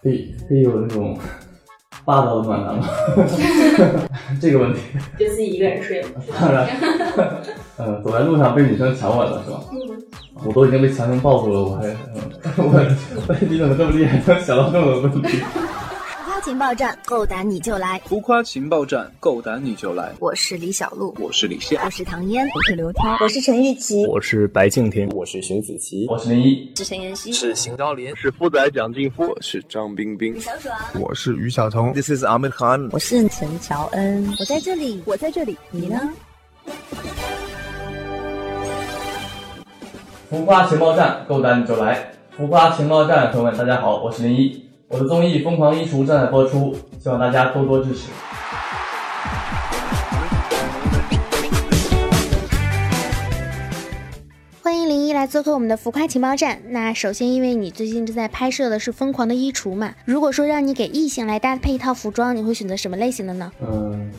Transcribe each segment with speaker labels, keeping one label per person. Speaker 1: 会会有那种霸道的暖男吗？ 这个问题，
Speaker 2: 就自己一个人睡了。
Speaker 1: 当然，呃，走在路上被女生强吻了是吧？
Speaker 2: 嗯，
Speaker 1: 我都已经被强行抱住了，我还、呃 我 我你怎么这么厉害，能想到这么多问题？
Speaker 3: 浮夸情报站，够胆你就来！
Speaker 4: 浮夸情报站，够胆你就来！
Speaker 3: 我是李小璐，
Speaker 4: 我是李现，
Speaker 3: 我是唐嫣，我是刘涛，
Speaker 5: 我是陈玉琪，
Speaker 6: 我是白敬亭，
Speaker 7: 我是邢子琪，
Speaker 1: 我是零一，
Speaker 3: 是陈妍希，
Speaker 4: 是邢昭林，
Speaker 8: 是富仔蒋劲夫，
Speaker 9: 我是张冰冰，
Speaker 3: 小爽，
Speaker 10: 我是于晓彤。
Speaker 11: This is Amir Khan。
Speaker 5: 我是陈乔恩，
Speaker 3: 我在这里，
Speaker 5: 我在这里，
Speaker 3: 你呢？
Speaker 1: 浮夸情报站，够胆你就来！浮夸情报站，朋友们，大家好，我是零一，我的综艺《疯狂衣橱》正在播出，希望大家多多支持。
Speaker 12: 欢迎零一来做客我们的浮夸情报站。那首先，因为你最近正在拍摄的是《疯狂的衣橱》嘛，如果说让你给异性来搭配一套服装，你会选择什么类型的呢？
Speaker 1: 嗯，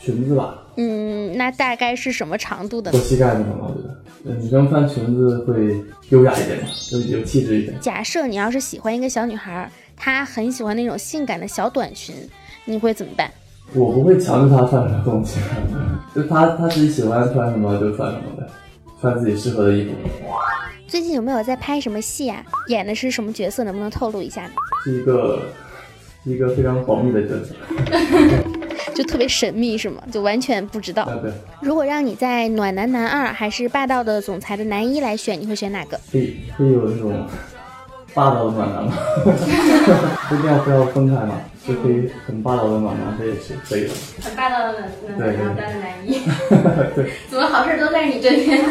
Speaker 1: 裙子吧，
Speaker 12: 嗯，那大概是什么长度的
Speaker 1: 过
Speaker 12: 呢？
Speaker 1: 膝盖那种吧，我觉得。呃女生穿裙子会优雅一点嘛，就有气质一点。
Speaker 12: 假设你要是喜欢一个小女孩，她很喜欢那种性感的小短裙，你会怎么办？
Speaker 1: 我不会强制她穿什么东西， 就她她自己喜欢穿什么就穿什么呗，穿自己适合的衣服。
Speaker 12: 最近有没有在拍什么戏啊？演的是什么角色？能不能透露一下呢？
Speaker 1: 是一个是一个非常保密的角色。
Speaker 12: 就特别神秘是吗？就完全不知道
Speaker 1: 啊。对，
Speaker 12: 如果让你在暖男男二还是霸道的总裁的男一来选，你会选哪个？
Speaker 1: 会会有那种霸道的暖男吗？ 不一定要非要分开嘛，就可以很霸道的暖男，这也是可以的。
Speaker 2: 很霸道的男
Speaker 1: 对对
Speaker 2: 男男的男 一，
Speaker 1: 对，
Speaker 2: 怎么好事都在你这边？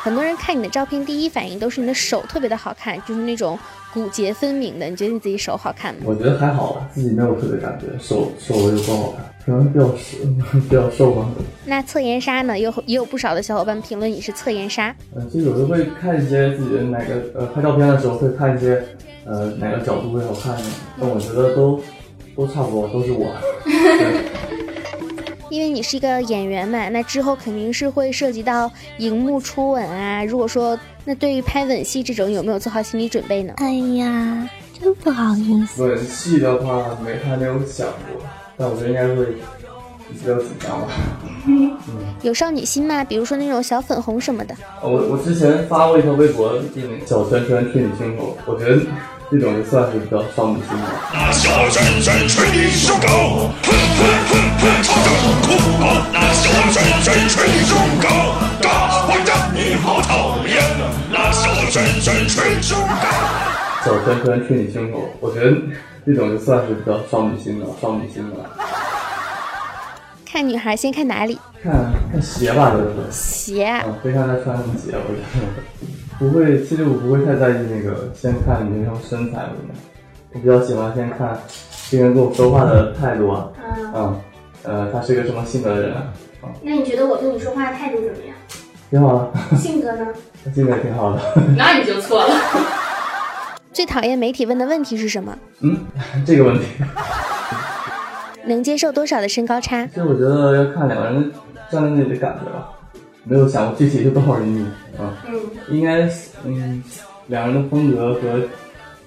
Speaker 12: 很多人看你的照片，第一反应都是你的手特别的好看，就是那种骨节分明的。你觉得你自己手好看吗？
Speaker 1: 我觉得还好吧，自己没有特别感觉，瘦瘦又不好看，可能比较瘦， 比较瘦吧。
Speaker 12: 那侧颜杀呢？有也有不少的小伙伴评论你是侧颜杀，
Speaker 1: 呃，就有时候会看一些自己的哪个呃拍照片的时候会看一些呃哪个角度会好看一点，但我觉得都都差不多，都是我。 对
Speaker 12: 因为你是一个演员嘛，那之后肯定是会涉及到荧幕初吻啊。如果说那对于拍吻戏这种，有没有做好心理准备呢？
Speaker 5: 哎呀，真不好意思。
Speaker 1: 吻戏的话没还没有想过，但我觉得应该会比较紧张吧。
Speaker 12: 有少女心吗？比如说那种小粉红什么的。
Speaker 1: 我我之前发过一条微博，命名“小圈圈吹你胸口”，我觉得这种就算是比较少女心吧。
Speaker 13: 那小拳拳捶你胸口，哼哼哼哼，朝着我哭嚎。那小拳拳捶你胸口，大我让你好讨厌。那小拳拳捶你胸口。
Speaker 1: 小圈圈吹你胸口，我觉得这种就算是比较少女心的，少女心的。
Speaker 12: 看女孩先看哪里？
Speaker 1: 看看鞋吧，就是，
Speaker 12: 鞋啊、
Speaker 1: 嗯，别看她穿什么鞋，我觉得不会。其实我不会太在意那个，先看女生身材什么的，我比较喜欢先看这个人跟我说话的态度啊，
Speaker 2: 嗯，
Speaker 1: 嗯，呃，他是一个什么性格的人啊，
Speaker 2: 那你觉得我对你说话的态度怎 么样？
Speaker 1: 挺好的，
Speaker 2: 性格呢？
Speaker 1: 性格挺好的。
Speaker 2: 那你就错了。
Speaker 12: 最讨厌媒体问的问题是什么？
Speaker 1: 嗯，这个问题。
Speaker 12: 能接受多少的身高差？
Speaker 1: 其实我觉得要看两个人站在那里的感觉吧，没有想过具体是多少厘米啊，
Speaker 2: 嗯，
Speaker 1: 应该是嗯，两个人的风格和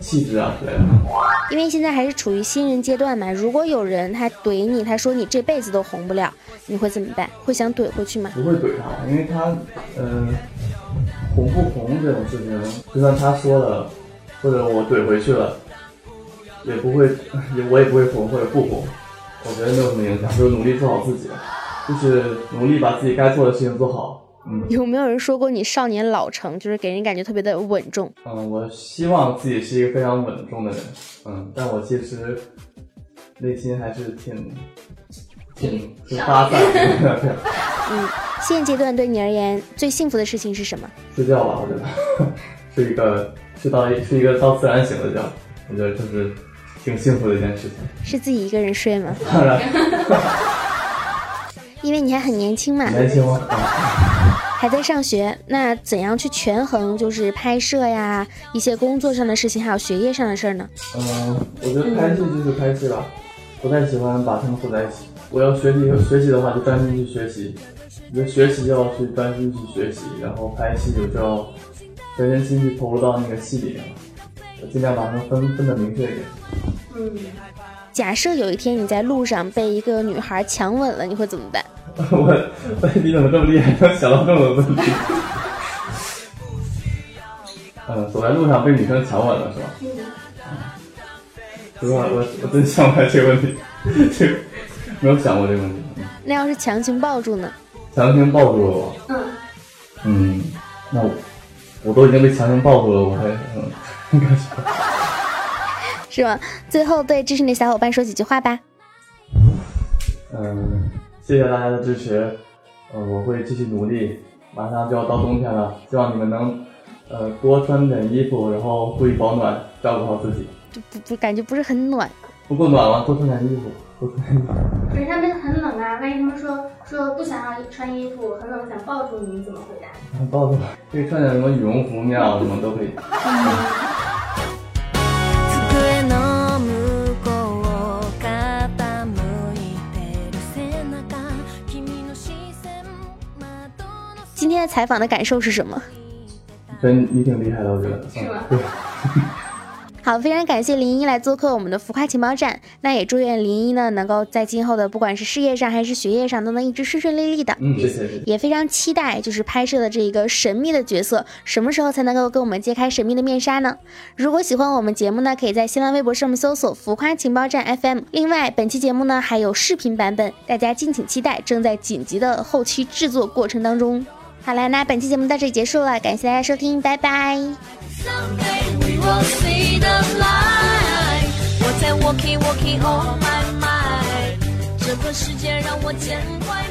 Speaker 1: 气质啊之类的。
Speaker 12: 因为现在还是处于新人阶段嘛。如果有人他怼你，他说你这辈子都红不了，你会怎么办？会想怼回去吗？
Speaker 1: 不会怼他，因为他嗯、红不红这种事情，就算他说了，或者我怼回去了，也不会， 也我也不会红或者不红，我觉得没有什么影响，就是努力做好自己，就是努力把自己该做的事情做好。嗯，
Speaker 12: 有没有人说过你少年老成，就是给人感觉特别的稳重？
Speaker 1: 嗯，我希望自己是一个非常稳重的人，嗯，但我其实内心还是挺挺挺发散的，
Speaker 12: 嗯现阶段对你而言最幸福的事情是什么？
Speaker 1: 睡觉吧，我觉得 是一个是到一是一个到自然醒的觉，我觉得这是挺幸福的一件事情。
Speaker 12: 是自己一个人睡吗？
Speaker 1: 当然，
Speaker 12: 因为你还很年轻嘛，
Speaker 1: 年轻吗？啊
Speaker 12: 还在上学，那怎样去权衡就是拍摄呀、一些工作上的事情，还有学业上的事儿呢？
Speaker 1: 嗯，我觉得拍戏就是拍戏吧，不太喜欢把它们混在一起。我要学习学习的话，就专心去学习；我觉得学习要去专心去学习，然后拍戏就要全身心去投入到那个戏里面。我尽量把它们分分的明确一点。
Speaker 2: 嗯，
Speaker 12: 假设有一天你在路上被一个女孩强吻了，你会怎么办？
Speaker 1: 我，你怎么这么厉害，能想到这么多问题？嗯，走在路上被女生强吻了是吧？嗯。不是啊我我真想不来这个问题，这个没有想过这个问题。嗯
Speaker 12: 那要是强行抱住呢？
Speaker 1: 强行抱住了我，
Speaker 2: 嗯，
Speaker 1: 嗯，那我我都已经被强行抱住了，我还嗯，应该是
Speaker 12: 是吗？最后对支持你的小伙伴说几句话吧。
Speaker 1: 嗯，谢谢大家的支持，呃，我会继续努力。马上就要到冬天了，希望你们能，呃，多穿点衣服，然后注意保暖，照顾好自己。
Speaker 12: 就不不感觉不是很暖。
Speaker 1: 不过暖了，多穿点衣服，多穿点 衣服。
Speaker 2: 可是他们很冷啊，万一他们说说不想要穿衣服，很冷想抱住你，你怎么回答？
Speaker 1: 然后抱着可以穿点什么羽绒服、棉袄什么都可以。
Speaker 6: 机の向こうを傾いてる背中君の視線窓の
Speaker 12: 今天采访的感受是什么？
Speaker 1: 真你挺厉害的，我觉得。嗯
Speaker 2: 是吗
Speaker 1: 对，
Speaker 12: 好，非常感谢林一来做客我们的浮夸情报站。那也祝愿林一呢，能够在今后的不管是事业上还是学业上，都能一直顺顺利利的。
Speaker 1: 嗯，谢谢谢谢。
Speaker 12: 也非常期待，就是拍摄的这一个神秘的角色，什么时候才能够给我们揭开神秘的面纱呢？如果喜欢我们节目呢，可以在新浪微博上面搜索“浮夸情报站 FM”。另外，本期节目呢还有视频版本，大家敬请期待，正在紧急的后期制作过程当中。好了，那本期节目到这里结束了，感谢大家收听，拜拜。
Speaker 6: someday we will see the light。我在 walking walking on my mind，这个世界让我见怪